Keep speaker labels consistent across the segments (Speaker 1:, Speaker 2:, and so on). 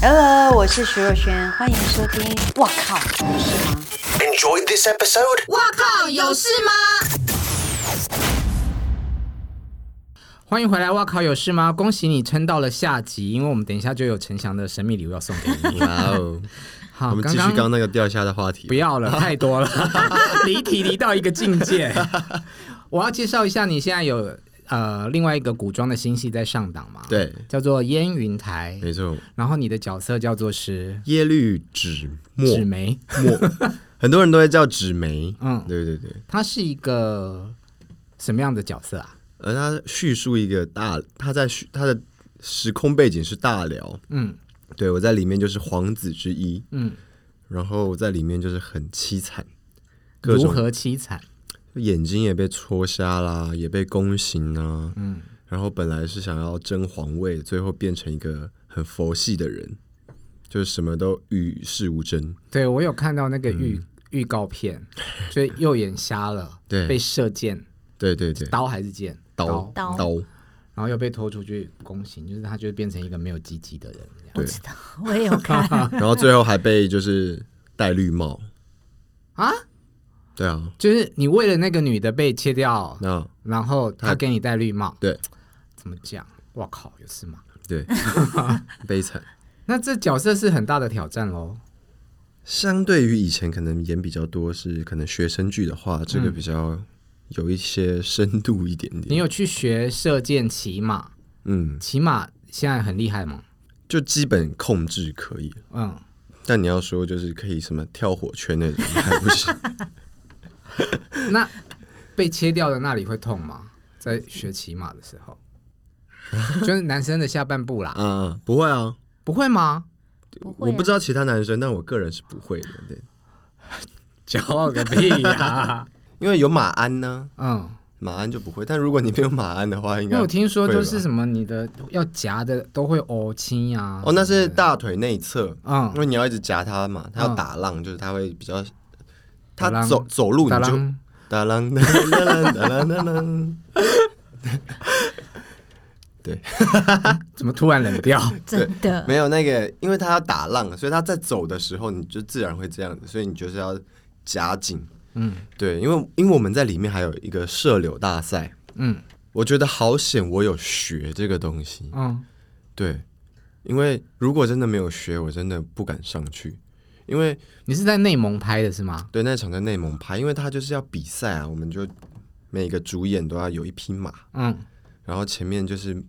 Speaker 1: Hello，我是徐若瑄，欢迎收听。哇靠，有事吗？
Speaker 2: Enjoyed this episode?
Speaker 3: 哇靠，有事吗？
Speaker 4: 欢迎回来！哇靠，有事吗？恭喜你撑到了下集，因为我们等一下就有陈翔的神秘礼物要送给你。
Speaker 5: 哇哦！
Speaker 4: 好，
Speaker 5: 我们继续刚刚那个钓虾的话题。
Speaker 4: 不要了，太多 了，离题离到一个境界。我要介绍一下，你现在有呃另外一个古装的新戏在上档嘛？
Speaker 5: 对
Speaker 4: 叫做《烟云台
Speaker 5: 没》，错，
Speaker 4: 然后你的角色叫做是
Speaker 5: 耶律纸
Speaker 4: 纸
Speaker 5: 墨
Speaker 4: 梅，
Speaker 5: 墨，很多人都会叫纸媒。
Speaker 4: 嗯
Speaker 5: 对对对，
Speaker 4: 她是一个什么样的角色啊？
Speaker 5: 而他叙述一个大，他在叙他的时空背景是大辽。
Speaker 4: 嗯
Speaker 5: 对我在里面就是皇子之一，
Speaker 4: 嗯，
Speaker 5: 然后我在里面就是很凄惨，各
Speaker 4: 如
Speaker 5: 种
Speaker 4: 何凄惨？
Speaker 5: 眼睛也被戳瞎啦，也被宫刑啊。嗯，然后本来是想要争皇位，最后变成一个很佛系的人，就是什么都与世无争。
Speaker 4: 对我有看到那个预、预告片，所以右眼瞎了，
Speaker 5: 嗯对
Speaker 4: 被射箭，
Speaker 5: 对对对，
Speaker 4: 刀还是剑，
Speaker 5: 刀
Speaker 1: 刀
Speaker 5: 刀，
Speaker 4: 然后又被拖出去宫刑，就是他就变成一个没有鸡鸡的人这样
Speaker 1: 我知道，我也有看。
Speaker 5: 然后最后还被就是戴绿帽。
Speaker 4: 啊，
Speaker 5: 对啊，
Speaker 4: 就是你为了那个女的被切掉，
Speaker 5: 那
Speaker 4: 然后他
Speaker 5: 他
Speaker 4: 给你戴绿帽，
Speaker 5: 对
Speaker 4: 怎么讲？我靠，有事吗？
Speaker 5: 对，悲惨。
Speaker 4: 那这角色是很大的挑战喽。
Speaker 5: 相对于以前可能演比较多是可能学生剧的话，这个比较有一些深度一点
Speaker 4: 你
Speaker 5: 点。
Speaker 4: 有去学射箭、骑马？
Speaker 5: 嗯，
Speaker 4: 骑马现在很厉害吗？
Speaker 5: 就基本控制可以，
Speaker 4: 嗯，
Speaker 5: 但你要说就是可以什么跳火圈那种还不 行。
Speaker 4: 那被切掉的那里会痛吗？在学骑马的时 候，就是男生的下半部啦，
Speaker 5: 啊，不会啊，
Speaker 4: 不会吗？
Speaker 1: 不会啊
Speaker 5: 我不知道其他男生，但我个人是不会的。对，
Speaker 4: 骄傲个屁呀、
Speaker 5: 因为有马鞍呢、
Speaker 4: 嗯，
Speaker 5: 马鞍就不会。但如果你没有马鞍的话，应
Speaker 4: 因
Speaker 5: 该
Speaker 4: 为我听说
Speaker 5: 会
Speaker 4: 就
Speaker 5: 吧
Speaker 4: 是什么你的要夹的都会哦青呀，
Speaker 5: 哦，那是大腿内侧，
Speaker 4: 嗯
Speaker 5: 因为你要一直夹它嘛，它要
Speaker 4: 嗯
Speaker 5: 打浪，就是它会比较，
Speaker 4: 打
Speaker 5: 它
Speaker 4: 浪
Speaker 5: 走走路你
Speaker 4: 打
Speaker 5: 就
Speaker 4: 浪
Speaker 5: 打浪打浪打浪打浪打浪，
Speaker 4: 怎么突然冷 掉？
Speaker 1: 真的
Speaker 5: 没有那个，因为它要打浪，所以它在走的时候你就自然会这样子，所以你就是要夹紧，
Speaker 4: 嗯
Speaker 5: 对，因为因为我们在里面还有一个射柳大赛，
Speaker 4: 嗯
Speaker 5: 我觉得好险我有学这个东西，
Speaker 4: 嗯，
Speaker 5: 对，因为如果真的没有学，我真的不敢上去，因为。
Speaker 4: 你是在内蒙拍的是吗？
Speaker 5: 对，那场在内蒙拍，因为他就是要比赛啊，我们就每个主演都要有一匹马，
Speaker 4: 嗯
Speaker 5: 然后前面就是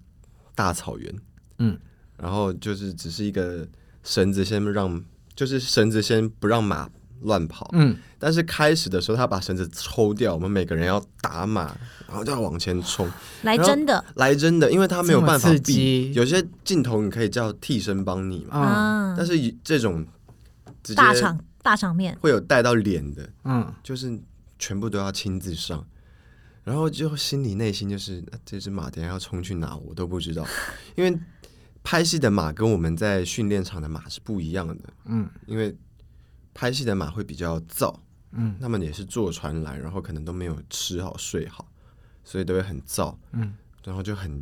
Speaker 5: 大草原，
Speaker 4: 嗯，
Speaker 5: 然后就是只是一个绳子先让，就是绳子先不让马乱跑，
Speaker 4: 嗯，
Speaker 5: 但是开始的时候他把绳子抽掉，我们每个人要打马，然后就要往前冲，
Speaker 1: 来真的
Speaker 5: 来真的，因为他没有
Speaker 4: 这么
Speaker 5: 办法
Speaker 4: 刺
Speaker 5: 避，
Speaker 4: 激
Speaker 5: 有些镜头你可以叫替身帮你嘛，
Speaker 4: 嗯
Speaker 1: 啊
Speaker 5: 但，是以这种直接
Speaker 1: 大场大场面，
Speaker 5: 会有带到脸的，
Speaker 4: 嗯，
Speaker 5: 就是全部都要亲自上，然后就心里内心就是呃这只马等一下要冲去哪我都不 知道，因为拍戏的马跟我们在训练场的马是不一样的，
Speaker 4: 嗯，
Speaker 5: 因为拍戏的马会比较燥，
Speaker 4: 嗯，
Speaker 5: 他们也是坐船来，然后可能都没有吃好睡好，所以都会很燥，
Speaker 4: 嗯，
Speaker 5: 然后就很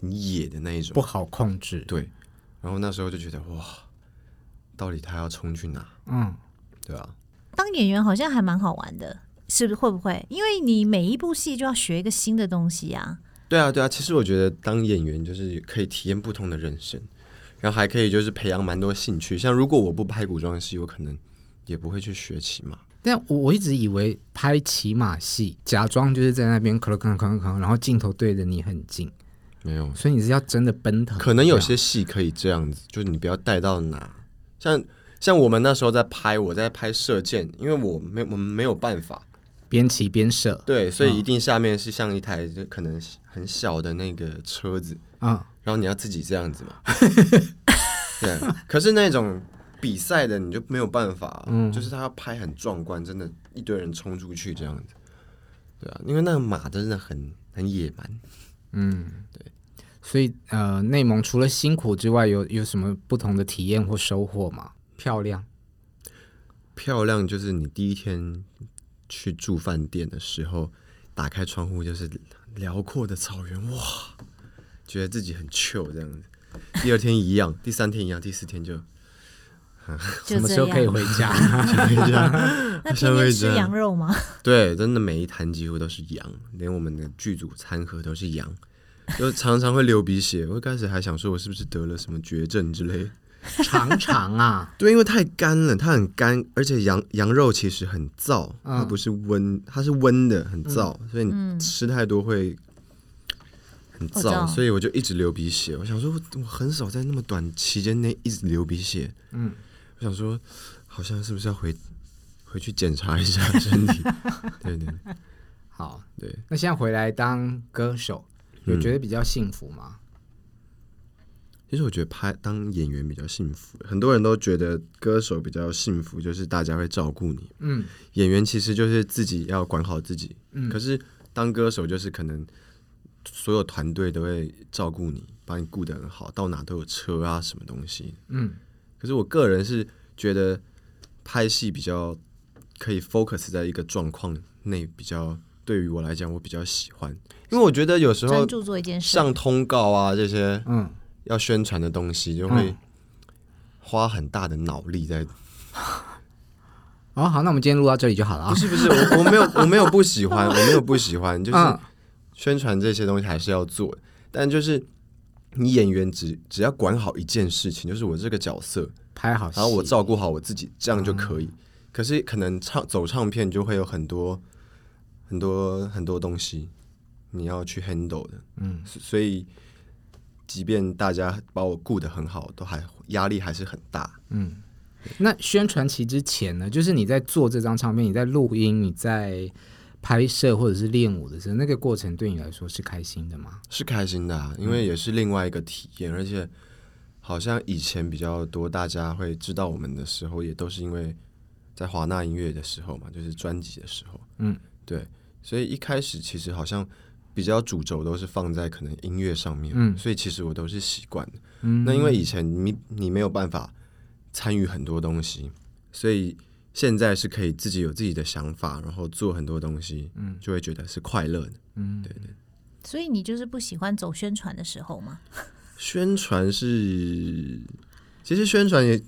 Speaker 5: 很野的那一种
Speaker 4: 不，好控制。
Speaker 5: 对，然后那时候就觉得哇，到底他要冲去哪，
Speaker 4: 嗯，
Speaker 5: 对啊，
Speaker 1: 当演员好像还蛮好玩的，是不是？会不会？因为你每一部戏就要学一个新的东西啊。
Speaker 5: 对啊，对啊，其实我觉得当演员就是可以体验不同的人生，然后还可以就是培养蛮多兴趣。像如果我不拍古装戏，我可能也不会去学骑马。
Speaker 4: 但我我一直以为拍骑马戏，假装就是在那边咳咳咳咳，然后镜头对着你很近，
Speaker 5: 没有，
Speaker 4: 所以你是要真的奔腾。
Speaker 5: 可能有些戏可以这样子，就是你不要带到哪。像像我们那时候在拍，我在拍射箭，因为我没我们没有办法，
Speaker 4: 边骑边射。
Speaker 5: 对，所以一定下面是像一台就可能很小的那个车子，
Speaker 4: 嗯，
Speaker 5: 然后你要自己这样子嘛。 对，啊可是那种比赛的你就没有办法，啊就是他要拍很壮观，真的，一堆人冲出去这样子，对啊，因为那个马真的很很野蛮。
Speaker 4: 所以呃，内蒙除了辛苦之外，有有什么不同的体验或收获吗？漂亮，
Speaker 5: 漂亮就是你第一天去住饭店的时候，打开窗户就是辽阔的草原，哇，觉得自己很 chill 这样子。第二天一样，第三天一样，第四天就
Speaker 1: 就
Speaker 4: 什么时
Speaker 1: 这
Speaker 4: 候可以
Speaker 1: 样。
Speaker 4: 回家？
Speaker 1: 那
Speaker 5: 稍
Speaker 1: 天
Speaker 5: 微这
Speaker 1: 天吃
Speaker 5: 样
Speaker 1: 羊肉吗？
Speaker 5: 对，真的每一坛几乎都是羊，连我们的剧组餐盒都是羊，就常常会流鼻血。我一开始还想说我是不是得了什么绝症之类的，
Speaker 4: 常常啊，
Speaker 5: 对，因为太干了，它很干，而且羊羊肉其实很燥，它
Speaker 4: 嗯
Speaker 5: 不是温，它是温的，很燥，所以你吃太多会很
Speaker 1: 我知
Speaker 5: 燥，
Speaker 1: 道
Speaker 5: 所以我就一直流鼻血。我想说我，我很少在那么短期间内一直流鼻血，
Speaker 4: 嗯，
Speaker 5: 我想说，好像是不是要回回去检查一下 身体？对对
Speaker 4: 好，
Speaker 5: 对，嗯
Speaker 4: 那现在回来当歌手，有觉得比较幸福吗？
Speaker 5: 其实我觉得拍当演员比较幸福，很多人都觉得歌手比较幸福，就是大家会照顾你，
Speaker 4: 嗯
Speaker 5: 演员其实就是自己要管好自己，
Speaker 4: 嗯
Speaker 5: 可是当歌手就是可能所有团队都会照顾你，把你顾得很好，到哪都有车啊什么东西。
Speaker 4: 嗯
Speaker 5: 可是我个人是觉得拍戏比较可以 focus 在一个状况内，比较对于我来讲我比较喜欢，因为我觉得有时候
Speaker 1: 专注做一件事，
Speaker 5: 上通告啊这些
Speaker 4: 嗯，
Speaker 5: 要宣传的东西就会
Speaker 4: 嗯
Speaker 5: 花很大的脑力在
Speaker 4: 哦，好，那我们今天录到这里就好了啊
Speaker 5: 不。是不是，我我没有 我没有不喜欢，我没有不喜欢，就是
Speaker 4: 嗯
Speaker 5: 宣传这些东西还是要做，但就是你演员只只要管好一件事情，就是我这个角色，
Speaker 4: 拍好戏，嗯
Speaker 5: 然后我照顾好我自己，这样就可以。可是可能唱走唱片就会有很多很多很多东西你要去 handle 的，嗯，所以即便大家把我顾得很好，都还压力还是很大。
Speaker 4: 那宣传期之前呢，就是你在做这张唱片，你在录音，你在拍摄或者是练舞的时候，那个过程对你来说是开心的吗？
Speaker 5: 是开心的、啊，因
Speaker 4: 嗯
Speaker 5: 为也是另外一个体验，而且好像以前比较多大家会知道我们的时候，也都是因为在华纳音乐的时候嘛，就是专辑的时候，
Speaker 4: 嗯，
Speaker 5: 对，所以一开始其实好像比较主轴都是放在可能音乐上面，
Speaker 4: 嗯
Speaker 5: 所以其实我都是习惯的。
Speaker 4: 嗯
Speaker 5: 那因为以前你你没有办法参与很多东西，所以现在是可以自己有自己的想法，然后做很多东西，嗯，就会觉得是快乐的。
Speaker 1: 所以你就是不喜欢走宣传的时候吗？
Speaker 5: 宣传是，其实宣传也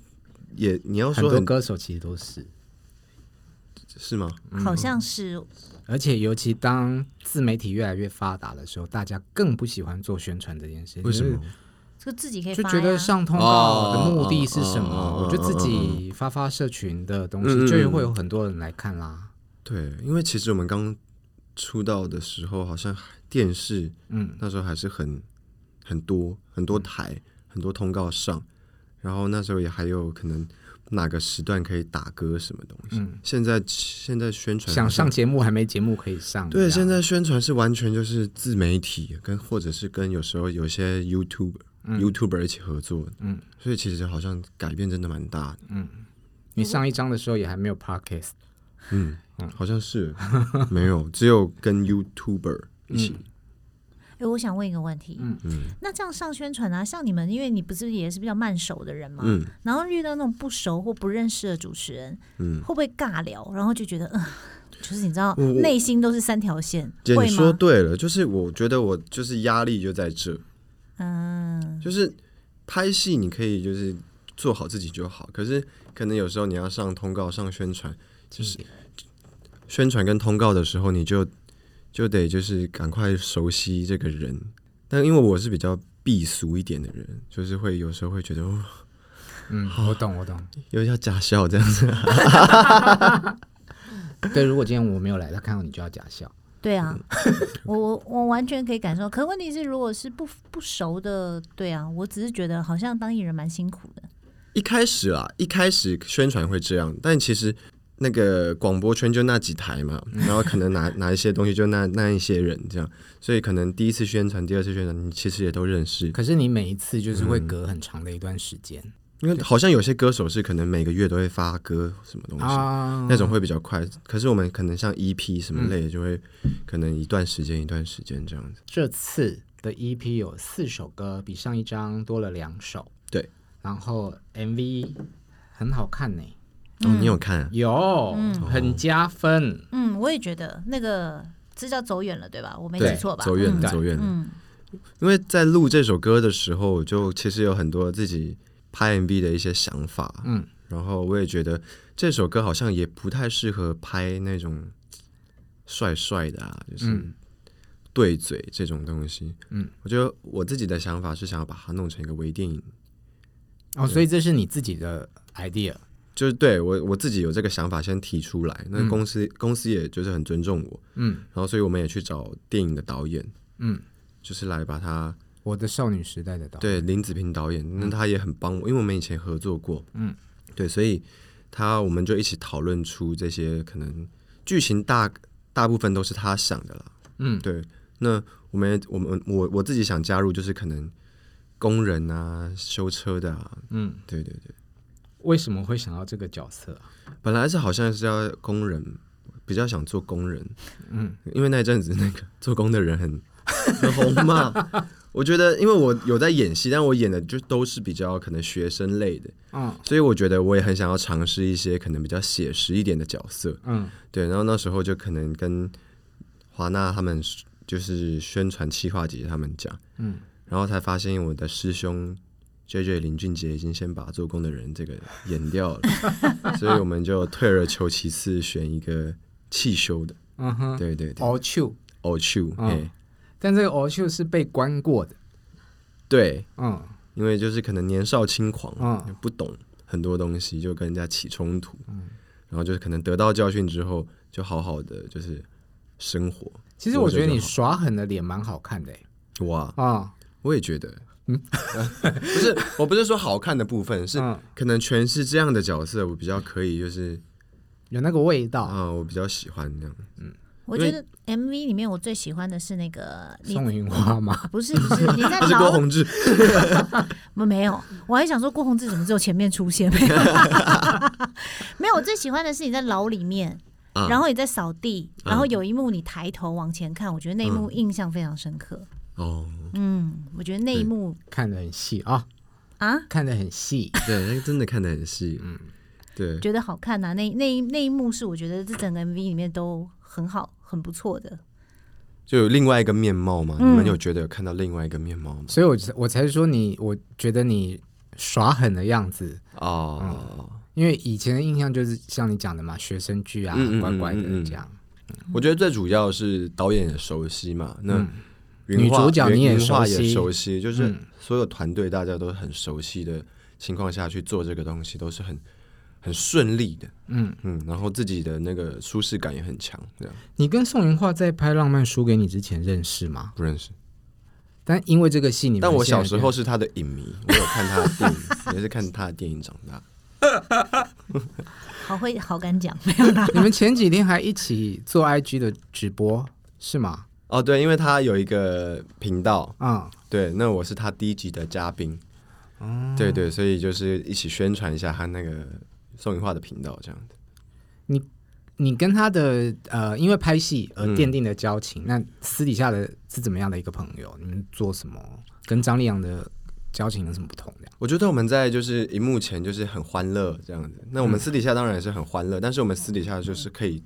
Speaker 5: 也你要
Speaker 4: 很
Speaker 5: 说
Speaker 4: 多
Speaker 5: 很
Speaker 4: 歌手其实都是，
Speaker 5: 是吗？
Speaker 4: 嗯
Speaker 1: 好像是，
Speaker 4: 而且尤其当自媒体越来越发达的时候，大家更不喜欢做宣传这件事。
Speaker 5: 为什么？
Speaker 1: 就自己可以
Speaker 4: 就是？就
Speaker 1: 发
Speaker 4: 觉得
Speaker 1: 呀
Speaker 4: 上通告的目的是什
Speaker 5: 哦
Speaker 4: 么？我就自己发发社群的东
Speaker 5: 嗯嗯嗯
Speaker 4: 西，就会有很多人来看啦。
Speaker 5: 对，因为其实我们刚出道的时候，好像电视
Speaker 4: 嗯
Speaker 5: 那时候还是很很多很多台、很多通告上，然后那时候也还有可能哪个时段可以打歌什么东西。
Speaker 4: 嗯，
Speaker 5: 现在现在宣传
Speaker 4: 想
Speaker 5: 好像
Speaker 4: 上节目还没节目可以上这
Speaker 5: 对，
Speaker 4: 样。
Speaker 5: 现在宣传是完全就是自媒体跟或者是跟有时候有些 YouTuber、YouTuber 一起合作，
Speaker 4: 嗯，
Speaker 5: 所以其实好像改变真的蛮大的，
Speaker 4: 你上一张的时候也还没有 podcast。
Speaker 5: 嗯，好像是没有， 只有跟 YouTuber 一起，
Speaker 1: 哎、我想问一个问题，
Speaker 4: 嗯
Speaker 1: 那这样上宣传啊，像你们，因为你不是也是比较慢熟的人嘛，
Speaker 5: 嗯
Speaker 1: 然后遇到那种不熟或不认识的主持人，
Speaker 5: 嗯
Speaker 1: 会不会尬聊，然后就觉得，嗯、就是你知道
Speaker 5: 我，
Speaker 1: 内心都是三条线，
Speaker 5: 姐
Speaker 1: 会
Speaker 5: 你说
Speaker 1: 吗？
Speaker 5: 对了，就是我觉得我就是压力就在这，
Speaker 1: 嗯，
Speaker 5: 就是拍戏你可以就是做好自己就好，可是可能有时候你要上通告、上宣传，就是宣传跟通告的时候，你就就得就是赶快熟悉这个人。但因为我是比较避俗一点的人，就是会有时候会觉得哦，
Speaker 4: 嗯，我懂，我 懂。
Speaker 5: 又要假笑这样子。
Speaker 4: 对，如果今天我没有来，他看到你就要假笑。
Speaker 1: 对啊，
Speaker 5: 嗯
Speaker 1: 我我我完全可以感受。可问题是，如果是不不熟的，对啊，我只是觉得好像当艺人蛮辛苦的。
Speaker 5: 一开始啦，一开始宣传会这样，但其实那个广播圈就那几台嘛，然后可能哪哪一些东西就那那一些人这样，所以可能第一次宣传、第二次宣传，你其实也都认识。
Speaker 4: 可是你每一次就是
Speaker 5: 嗯
Speaker 4: 会隔很长的一段时间、
Speaker 5: 因为好像有些歌手是可能每个月都会发歌什么东西，
Speaker 4: 啊
Speaker 5: 那种会比较快。可是我们可能像 EP 什么类的，就会可能一段时间一段时间这样子。
Speaker 4: 这次的 EP 有四首歌，比上一张多了两首。
Speaker 5: 对，
Speaker 4: 然后 MV 很好看呢、
Speaker 5: 哦，你有看、啊？
Speaker 4: 有、
Speaker 1: 嗯
Speaker 4: 很加分。
Speaker 1: 嗯，我也觉得那个这叫走远了，对吧？我没
Speaker 5: 对
Speaker 1: 记错，吧？
Speaker 5: 走远
Speaker 1: 嗯
Speaker 5: 了，走远了。
Speaker 1: 嗯，
Speaker 5: 因为在录这首歌的时候，就其实有很多自己拍 MV 的一些想法，
Speaker 4: 嗯，
Speaker 5: 然后我也觉得这首歌好像也不太适合拍那种帅帅的啊，就是
Speaker 4: 嗯
Speaker 5: 对嘴这种东西，
Speaker 4: 嗯，
Speaker 5: 我觉得我自己的想法是想要把它弄成一个微电影，
Speaker 4: 哦，所以这是你自己的 idea，
Speaker 5: 就是对我我自己有这个想法先提出来，那公司、公司也就是很尊重我，
Speaker 4: 嗯
Speaker 5: 然后所以我们也去找电影的导演，
Speaker 4: 嗯，
Speaker 5: 就是来把它
Speaker 4: 我的少女时代的导演，
Speaker 5: 对林子平导演，那他也很帮我，因为我们以前合作过，
Speaker 4: 嗯，
Speaker 5: 对，所以他我们就一起讨论出这些可能剧情大大部分都是他想的啦，
Speaker 4: 嗯
Speaker 5: 对。那我们我们我我自己想加入就是可能工人啊、修车的啊，
Speaker 4: 嗯，
Speaker 5: 对对对，
Speaker 4: 为什么会想到这个角色啊？
Speaker 5: 本来是好像是要工人，比较想做工人，
Speaker 4: 嗯，
Speaker 5: 因为那阵子那个做工的人很很红嘛。我觉得，因为我有在演戏，但我演的就都是比较可能学生类的，
Speaker 4: 嗯
Speaker 5: 所以我觉得我也很想要尝试一些可能比较写实一点的角色，
Speaker 4: 嗯
Speaker 5: 对。然后那时候就可能跟华纳他们就是宣传企划姐姐他们讲，
Speaker 4: 嗯，
Speaker 5: 然后才发现我的师兄 J J 林俊杰已经先把做工的人这个演掉了， 所以我们就退而求其次选一个汽修的，
Speaker 4: 嗯哼，
Speaker 5: 对对对，
Speaker 4: 敖秋，
Speaker 5: 哦修，
Speaker 4: 嗯
Speaker 5: 哎，
Speaker 4: 但这个敖秋是被关过的，
Speaker 5: 对，
Speaker 4: 嗯
Speaker 5: 因为就是可能年少轻狂，
Speaker 4: 嗯
Speaker 5: 不懂很多东西，就跟人家起冲突，然后就是可能得到教训之后，就好好的就是生活。
Speaker 4: 其实我觉得你
Speaker 5: 就
Speaker 4: 耍狠的脸蛮好看的欸，
Speaker 5: 好哇，
Speaker 4: 啊，
Speaker 5: 我也觉得， 不是，我不是说好看的部分，是
Speaker 4: 嗯
Speaker 5: 可能全是这样的角色，我比较可以，就是
Speaker 4: 有那个味道。
Speaker 5: 啊，我比较喜欢这样。
Speaker 1: 我觉得 MV 里面我最喜欢的是那个你
Speaker 4: 宋云花嘛，
Speaker 1: 不是不 是你在
Speaker 5: 他是郭
Speaker 1: 老
Speaker 5: 宏志，
Speaker 1: 我没有，我还想说郭宏志怎么只有前面 出现？ 没有，没有。我最喜欢的是你在牢里面，
Speaker 5: 啊
Speaker 1: 然后你在扫地，
Speaker 5: 嗯
Speaker 1: 然后有一幕你抬头往前看，我觉得那一幕印象非常深刻。
Speaker 5: 哦，
Speaker 1: 嗯，我觉得那一幕
Speaker 4: 看得很细啊，
Speaker 1: 啊，
Speaker 4: 看得很细。
Speaker 5: 对，那个真的看得很细，嗯，对，
Speaker 1: 觉得好看呐、那那那一幕是我觉得这整个 MV 里面都很好、很不错的。
Speaker 5: 就有另外一个面貌嘛。
Speaker 1: 嗯
Speaker 5: 你们有觉得有看到另外一个面貌吗？
Speaker 4: 所以我才我才说你，我觉得你耍狠的样子，
Speaker 5: 哦，
Speaker 4: 因为以前的印象就是像你讲的嘛，学生剧啊，
Speaker 5: 嗯嗯嗯
Speaker 4: 乖乖的
Speaker 5: 嗯嗯
Speaker 4: 这样。
Speaker 5: 我觉得最主要是导演也熟悉嘛，那云
Speaker 4: 嗯女
Speaker 5: 画
Speaker 4: 主角
Speaker 5: 云
Speaker 4: 你也
Speaker 5: 云
Speaker 4: 熟
Speaker 5: 画
Speaker 4: 悉
Speaker 5: 也熟悉，就是
Speaker 4: 嗯
Speaker 5: 所有团队大家都很熟悉的情况下去做这个东西，都是很很顺利的。
Speaker 4: 嗯
Speaker 5: 嗯，然后自己的那个舒适感也很强，这样
Speaker 4: 你跟宋云画在拍《浪漫输给你》之前认识吗？
Speaker 5: 不认识。
Speaker 4: 但因为这个戏，你们
Speaker 5: 但我
Speaker 4: 现在
Speaker 5: 小 时候是他的影迷，我有看他的电影，也是看他的电影长 大。
Speaker 1: 好会好敢讲， 没有啦。
Speaker 4: 你们前几天还一起做 IG 的直播是吗？
Speaker 5: 哦，对，因为他有一个频道，
Speaker 4: 嗯，
Speaker 5: 对，那我是他第一集的嘉宾。
Speaker 4: 哦
Speaker 5: 对对，所以就是一起宣传一下他那个宋云画的频道这样子。
Speaker 4: 你跟他的呃，因为拍戏而奠定的交情，
Speaker 5: 嗯
Speaker 4: 那私底下的是怎么样的一个朋友？你们做什么？跟张丽阳的交情有什么不同？这样，
Speaker 5: 我觉得我们在就是荧幕前就是很欢乐这样子，那我们私底下当然也是很欢乐，但是我们私底下就是可以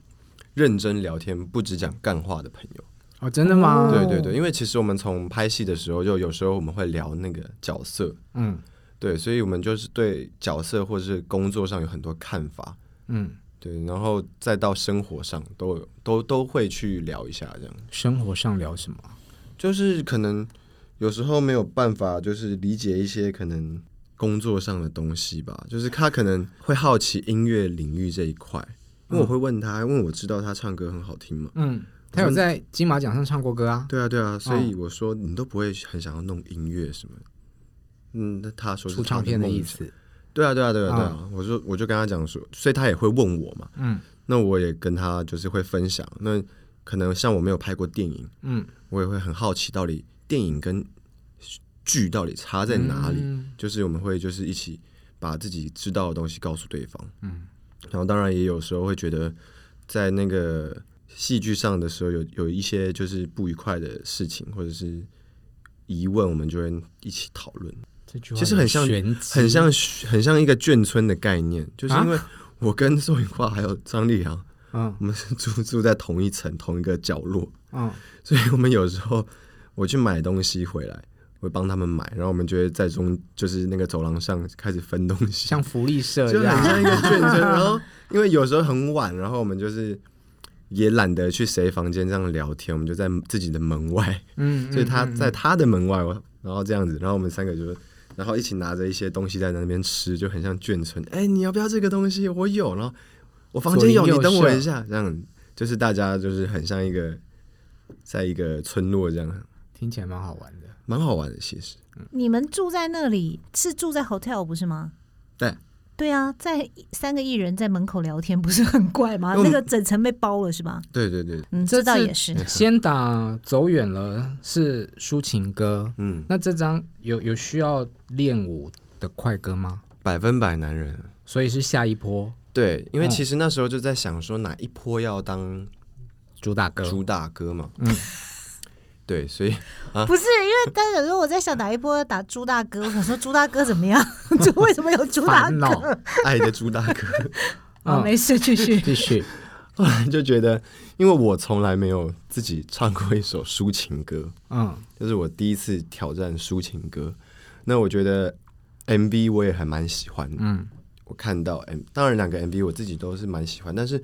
Speaker 5: 认真聊天，不只讲干话的朋友。
Speaker 4: 哦，真的吗？
Speaker 1: 哦
Speaker 5: 对对对，因为其实我们从拍戏的时候，就有时候我们会聊那个角色，
Speaker 4: 嗯
Speaker 5: 对，所以我们就是对角色或者是工作上有很多看法，
Speaker 4: 嗯，
Speaker 5: 对，然后再到生活上都有都都会去聊一下这样。
Speaker 4: 生活上聊什么？
Speaker 5: 就是可能有时候没有办法，就是理解一些可能工作上的东西吧。就是他可能会好奇音乐领域这一块，因为我会问他，因为我知道他唱歌很好听嘛。
Speaker 4: 嗯，他有在金马奖上唱过歌啊。
Speaker 5: 对啊，对啊，所以我说你都不会很想要弄音乐什么。嗯，那他说是
Speaker 4: 出唱片
Speaker 5: 他
Speaker 4: 的
Speaker 5: 梦
Speaker 4: 意
Speaker 5: 想。
Speaker 4: 思。
Speaker 5: 对啊，对啊，对啊，对啊。我就我就跟他讲说，所以他也会问我嘛。
Speaker 4: 嗯
Speaker 5: 那我也跟他就是会分享。那可能像我没有拍过电影，
Speaker 4: 嗯，
Speaker 5: 我也会很好奇，到底电影跟剧到底差在哪里？
Speaker 4: 嗯
Speaker 5: 就是我们会就是一起把自己知道的东西告诉对方，嗯，然后当然也有时候会觉得在那个戏剧上的时候有有一些就是不愉快的事情或者是疑问，我们就会一起讨论，
Speaker 4: 这句话
Speaker 5: 其实很像
Speaker 4: 有啊玄机啊
Speaker 5: 很像很像一个眷村的概念，就是因为我跟宋雨花还有张丽阳，
Speaker 4: 嗯
Speaker 5: 我们是住住在同一层同一个角落，
Speaker 4: 嗯
Speaker 5: 所以我们有时候我去买东西回来，我会帮他们买，然后我们就会在中就是那个走廊上开始分东西，
Speaker 4: 像福利社
Speaker 5: 就
Speaker 4: 这
Speaker 5: 很
Speaker 4: 样，
Speaker 5: 像一个眷村。然后因为有时候很晚，然后我们就是也懒得去谁房间这样聊天，我们就在自己的门外，
Speaker 4: 嗯，
Speaker 5: 所
Speaker 4: 嗯
Speaker 5: 以他在他的门外，我然后这样子，然后我们三个就。然后一起拿着一些东西在那边吃，就很像眷村。哎，你要不要这个东西？我有，然后我房间有，
Speaker 4: 左邻右
Speaker 5: 你等我
Speaker 4: 舍
Speaker 5: 一下。这样就是大家就是很像一个，在一个村落这样，
Speaker 4: 听起来蛮好玩的。
Speaker 5: 蛮好玩的。其实，
Speaker 1: 你们住在那里是住在 hotel 不是吗？
Speaker 5: 对，
Speaker 1: 对啊，在三个艺人在门口聊天，不是很怪吗？
Speaker 5: 因为我
Speaker 1: 那
Speaker 5: 们
Speaker 1: 个整层被包了是吧？
Speaker 5: 对对对，
Speaker 1: 嗯，
Speaker 4: 这
Speaker 1: 这倒
Speaker 4: 次
Speaker 1: 也是。
Speaker 4: 先打走远了是抒情歌，
Speaker 5: 嗯，
Speaker 4: 那这张有有需要练舞的快歌吗？
Speaker 5: 百分百男人。
Speaker 4: 所以是下一波
Speaker 5: 对，因为
Speaker 4: 嗯
Speaker 5: 其实那时候就在想说哪一波要当
Speaker 4: 主打歌，
Speaker 5: 主打歌嘛。嗯， 对，所以
Speaker 1: 不是，因为当时有时候我在想打一波打朱大哥，我想说朱大哥怎么样？ 就为什么有朱大
Speaker 4: 烦
Speaker 1: 哥？
Speaker 4: 恼
Speaker 5: 爱的主打歌，
Speaker 1: 啊，
Speaker 4: 嗯
Speaker 1: 没事，继续。
Speaker 4: 继续，
Speaker 5: 后来就觉得，因为我从来没有自己唱过一首抒情歌，
Speaker 4: 嗯，
Speaker 5: 这是我第一次挑战抒情歌。那我觉得 MV 我也还蛮喜欢的，嗯，我看到 M，当然两个 MV 我自己都是蛮喜欢，但是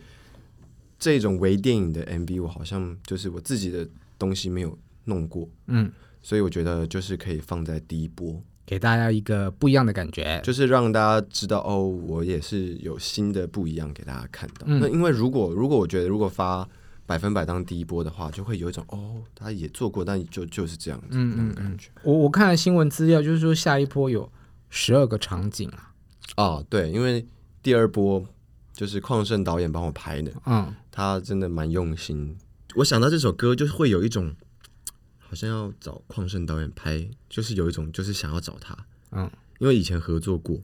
Speaker 5: 这种微电影的 MV 我好像就是我自己的东西没有弄过，
Speaker 4: 嗯，
Speaker 5: 所以我觉得就是可以放在第一波，
Speaker 4: 给大家一个不一样的感觉，
Speaker 5: 就是让大家知道哦，我也是有新的不一样给大家看到。那因为如果如果我觉得如果发百分百当第一波的话，就会有一种哦，他也做过，但就就是这样子、那种感觉。
Speaker 4: 我我看了新闻资料，就是说下一波有十二个场景啊，
Speaker 5: 哦，对，因为第二波就是邝胜导演帮我拍的，
Speaker 4: 嗯，
Speaker 5: 他真的蛮用心。我想到这首歌，就是会有一种好像要找邝胜导演拍，就是有一种就是想要找他，
Speaker 4: 嗯，
Speaker 5: 因为以前合作过，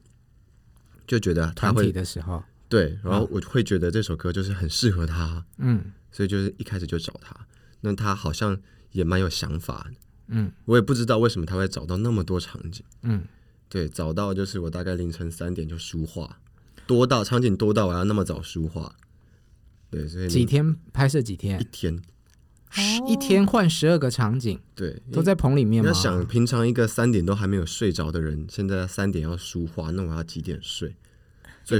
Speaker 5: 就觉得他
Speaker 4: 团
Speaker 5: 会
Speaker 4: 体的时啊候，
Speaker 5: 对，然后我会觉得这首歌就是很适合他，
Speaker 4: 嗯
Speaker 5: 所以就是一开始就找他。那他好像也蛮有想法的，
Speaker 4: 嗯，
Speaker 5: 我也不知道为什么他会找到那么多场景。
Speaker 4: 嗯，
Speaker 5: 对，找到就是我大概凌晨三点就书画，多到场景多到我要那么早书画。对，所以
Speaker 4: 几
Speaker 5: 你
Speaker 4: 天拍摄几天
Speaker 5: 一，天，
Speaker 1: 哦
Speaker 4: 十一天换十二个场景，
Speaker 5: 对，
Speaker 4: 都在棚里面
Speaker 5: 你
Speaker 4: 吗
Speaker 5: 要？想，平常一个三点都还没有睡着的人，现在三点要梳化，那我要几点睡？
Speaker 1: 就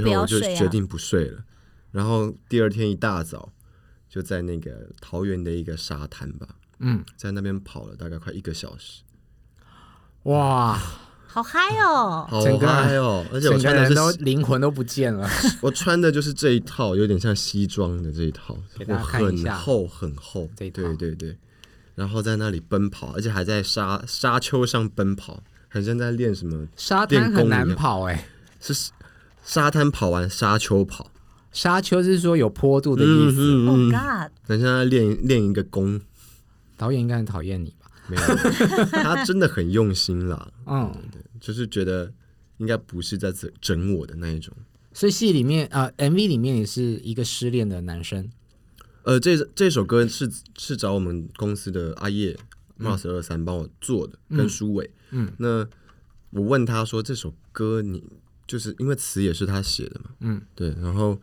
Speaker 5: 最
Speaker 1: 不
Speaker 5: 后
Speaker 1: 要
Speaker 5: 我
Speaker 1: 睡
Speaker 5: 就
Speaker 1: 啊
Speaker 5: 决定不睡了。然后第二天一大早，就在那个桃园的一个沙滩吧，
Speaker 4: 嗯，
Speaker 5: 在那边跑了大概快一个小时，
Speaker 4: 哇，
Speaker 1: 好嗨哦！
Speaker 5: 好
Speaker 4: 整个
Speaker 5: 嗨哦！而且我
Speaker 4: 整个
Speaker 5: 穿的
Speaker 4: 人都
Speaker 5: 是
Speaker 4: 灵魂都不见 了。
Speaker 5: 我穿的就是这一套，有点像西装的这一套，
Speaker 4: 给
Speaker 5: 我
Speaker 4: 大家看一
Speaker 5: 很
Speaker 4: 下
Speaker 5: 厚很厚，
Speaker 4: 这一
Speaker 5: 对
Speaker 4: 套
Speaker 5: 对对。然后在那里奔跑，而且还在沙沙丘上奔跑，很像在练什么
Speaker 4: 沙滩
Speaker 5: 练功
Speaker 4: 很
Speaker 5: 一
Speaker 4: 难
Speaker 5: 样
Speaker 4: 跑哎、
Speaker 5: 是沙滩跑完沙丘跑，
Speaker 4: 沙丘是说有坡度的意思。
Speaker 1: 哦、
Speaker 5: 嗯，
Speaker 1: God，
Speaker 5: 等一下练练一个功，
Speaker 4: 导演应该很讨厌你吧？
Speaker 5: 没 有，他真的很用心啦，
Speaker 4: 嗯，
Speaker 5: 就是觉得应该不是在整整我的那一种。
Speaker 4: 所以戏里面呃 MV 里面也是一个失恋的男生，
Speaker 5: 呃，这这首歌是是找我们公司的阿叶 Mars 二三帮我做的，跟舒伟。
Speaker 4: 嗯，
Speaker 5: 那我问他说这首歌你就是因为词也是他写的嘛，
Speaker 4: 嗯，
Speaker 5: 对。然后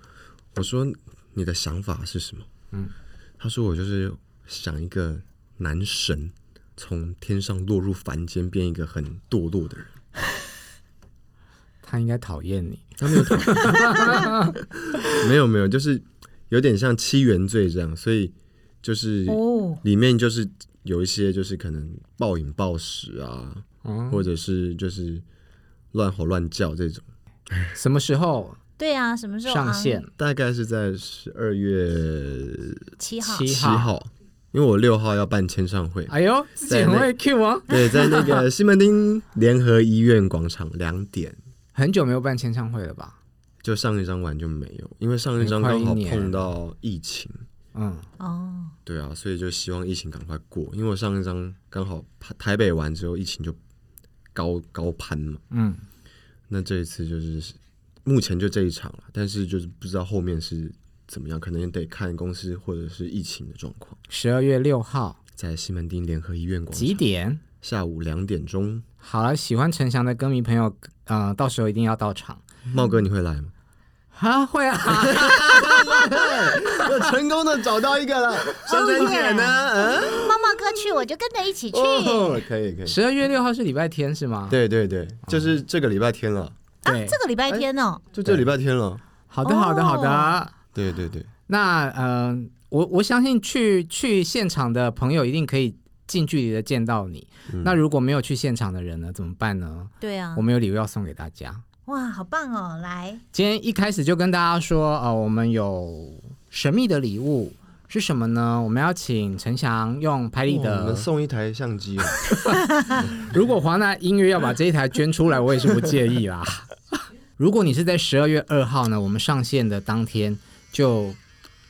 Speaker 5: 我说你的想法是什么？嗯，他说我就是想一个男神从天上落入凡间，变一个很堕落的人。
Speaker 4: 他应该讨厌你。
Speaker 5: 没有没有，就是有点像七原罪这样，所以就是
Speaker 1: 哦
Speaker 5: 里面就是有一些就是可能暴饮暴食啊，或者是就是乱吼乱叫这种，
Speaker 4: 什么时候
Speaker 1: 对啊，什么时候
Speaker 4: 上线？？
Speaker 5: 大概是在十二月
Speaker 1: 七号。
Speaker 4: 七
Speaker 5: 七号，因为我六号要办签唱会，
Speaker 4: 哎呦，自己很会 Q 啊！
Speaker 5: 对，在那个西门町联合医院广场两点。
Speaker 4: 很久没有办签唱会了吧？
Speaker 5: 就上一张完就没有，因为上一张
Speaker 4: 快一
Speaker 5: 刚好
Speaker 4: 年
Speaker 5: 碰到疫情，
Speaker 4: 嗯，
Speaker 1: 哦，
Speaker 5: 对啊，所以就希望疫情赶快过，因为我上一张刚好台台北完之后，疫情就高高攀嘛。
Speaker 4: 嗯，
Speaker 5: 那这一次就是目前就这一场了，但是就是不知道后面是怎么样，可能也得看公司或者是疫情的状况。
Speaker 4: 十二月六号
Speaker 5: 在西门町联合医院广
Speaker 4: 几
Speaker 5: 场，
Speaker 4: 点？
Speaker 5: 下午两点钟。
Speaker 4: 好了，喜欢陈翔的歌迷朋友，呃，到时候一定要到场。
Speaker 5: 茂哥，你会来 吗？
Speaker 4: 啊，会啊，
Speaker 5: 又成功的找到一个了，珊珊姐呢？嗯，
Speaker 1: 妈妈哥要去，我就跟着一起去。
Speaker 5: 哦，可以可以，
Speaker 4: 十二月六号是礼拜天是吗？
Speaker 5: 对对对，就是这个礼拜天了，
Speaker 1: 啊
Speaker 4: 对，哎
Speaker 1: 这个礼拜天哦，
Speaker 5: 就这礼拜天了。
Speaker 4: 好的好的好的。
Speaker 5: 对对对，
Speaker 4: 那呃，我我相信去去现场的朋友一定可以近距离的见到你。
Speaker 5: 嗯
Speaker 4: 那如果没有去现场的人呢，怎么办呢？
Speaker 1: 对啊
Speaker 4: 我，们有礼物要送给大家。
Speaker 1: 哇，好棒哦！来，
Speaker 4: 今天一开始就跟大家说，呃，我们有神秘的礼物是什么呢？我们要请陈翔用拍立
Speaker 5: 哦我们
Speaker 4: 得。
Speaker 5: 送一台相机 了，
Speaker 4: 如果华纳音乐要把这一台捐出来，我也是不介意啦。如果你是在十二月二号呢，我们上线的当天就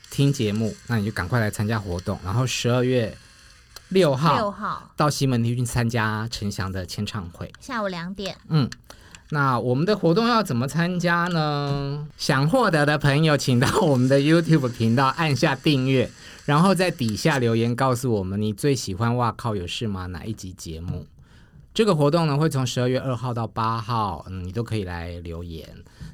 Speaker 4: 听节目，那你就赶快来参加活动。然后十二月六
Speaker 1: 六
Speaker 4: 号
Speaker 1: 号
Speaker 4: 到西门町去参加陈翔的签唱会。
Speaker 1: 下午两点，
Speaker 4: 嗯，那我们的活动要怎么参加呢？想获得的朋友，请到我们的 YouTube 频道按下订阅，然后在底下留言告诉我们你最喜欢《哇靠有事吗》哪一集节目。这个活动呢，会从十二月二号到八号，嗯，你都可以来留言。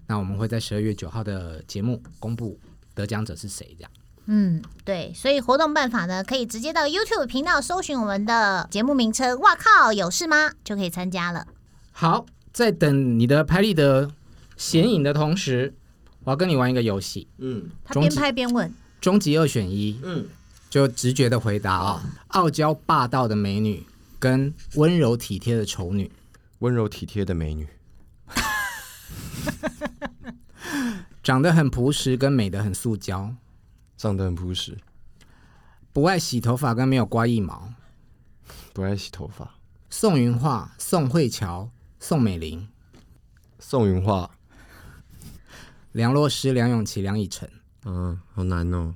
Speaker 4: 那我们会在十二月九号的节目公布得奖者是谁，这样。
Speaker 1: 嗯，对，所以活动办法呢，可以直接到 YouTube 频道搜寻我们的节目名称。哇靠，有事吗？就可以参加了。
Speaker 4: 好，在等你的拍立得显影的同时，我要跟你玩一个游戏，
Speaker 5: 嗯
Speaker 1: 他
Speaker 4: 终
Speaker 1: 边
Speaker 4: 极
Speaker 1: 拍边问，
Speaker 4: 终极二选一。
Speaker 5: 嗯，
Speaker 4: 就直觉的回答啊、傲娇霸道的美女跟温柔体贴的丑女，
Speaker 5: 温柔体贴的美女，
Speaker 4: 长得很朴实跟美得很塑胶，
Speaker 5: 长得很朴实，
Speaker 4: 不爱洗头发跟没有刮一毛。
Speaker 5: 不爱洗头发。
Speaker 4: 宋云画、宋慧乔、宋美龄、
Speaker 5: 宋云画，
Speaker 4: 梁洛施、梁咏琪、梁以晨。
Speaker 5: 嗯，好难哦，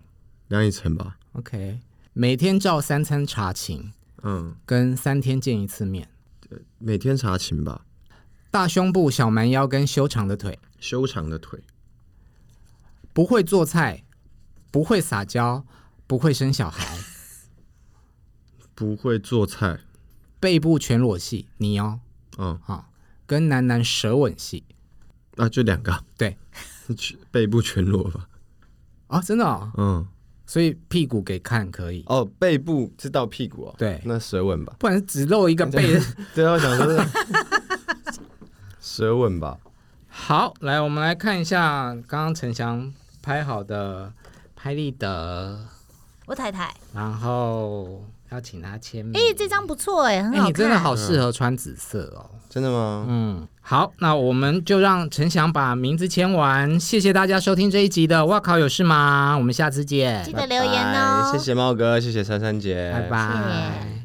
Speaker 5: 梁以晨吧，
Speaker 4: OK，每天照三餐查寝，
Speaker 5: 嗯，
Speaker 4: 跟三天见一次面。
Speaker 5: 每天查寝吧，
Speaker 4: 大胸部、小蛮腰跟修长的腿，
Speaker 5: 修长的腿，
Speaker 4: 不会做菜，不会撒娇，不会生小孩，
Speaker 5: 不会做菜，
Speaker 4: 背部全裸戏，你哦，
Speaker 5: 嗯，
Speaker 4: 啊、跟男男舌吻戏。
Speaker 5: 那、就两个，
Speaker 4: 对，
Speaker 5: 背部全裸吧，
Speaker 4: 哦，真的、哦，
Speaker 5: 嗯，
Speaker 4: 所以屁股给看可以，
Speaker 5: 哦，背部是到屁股哦，
Speaker 4: 对
Speaker 5: 那舌吻吧，
Speaker 4: 不然只露一个背。
Speaker 5: 对啊，我想说 是舌吻吧，
Speaker 4: 好，来，我们来看一下刚刚陈翔拍好的拍立得，
Speaker 1: 我太太，
Speaker 4: 然后要请他签名。
Speaker 1: 哎、这张不错哎、很
Speaker 4: 嗯哎、
Speaker 1: 好看。
Speaker 4: 你真的好适合穿紫色哦。
Speaker 5: 真的吗？
Speaker 4: 嗯，好，那我们就让陈翔把名字签完。谢谢大家收听这一集的《哇靠有事吗》，我们下次见
Speaker 1: 记，得留言
Speaker 5: 哎
Speaker 1: 哦
Speaker 5: 拜拜谢谢茂哥，谢谢珊珊姐，
Speaker 4: 拜拜。
Speaker 1: 谢谢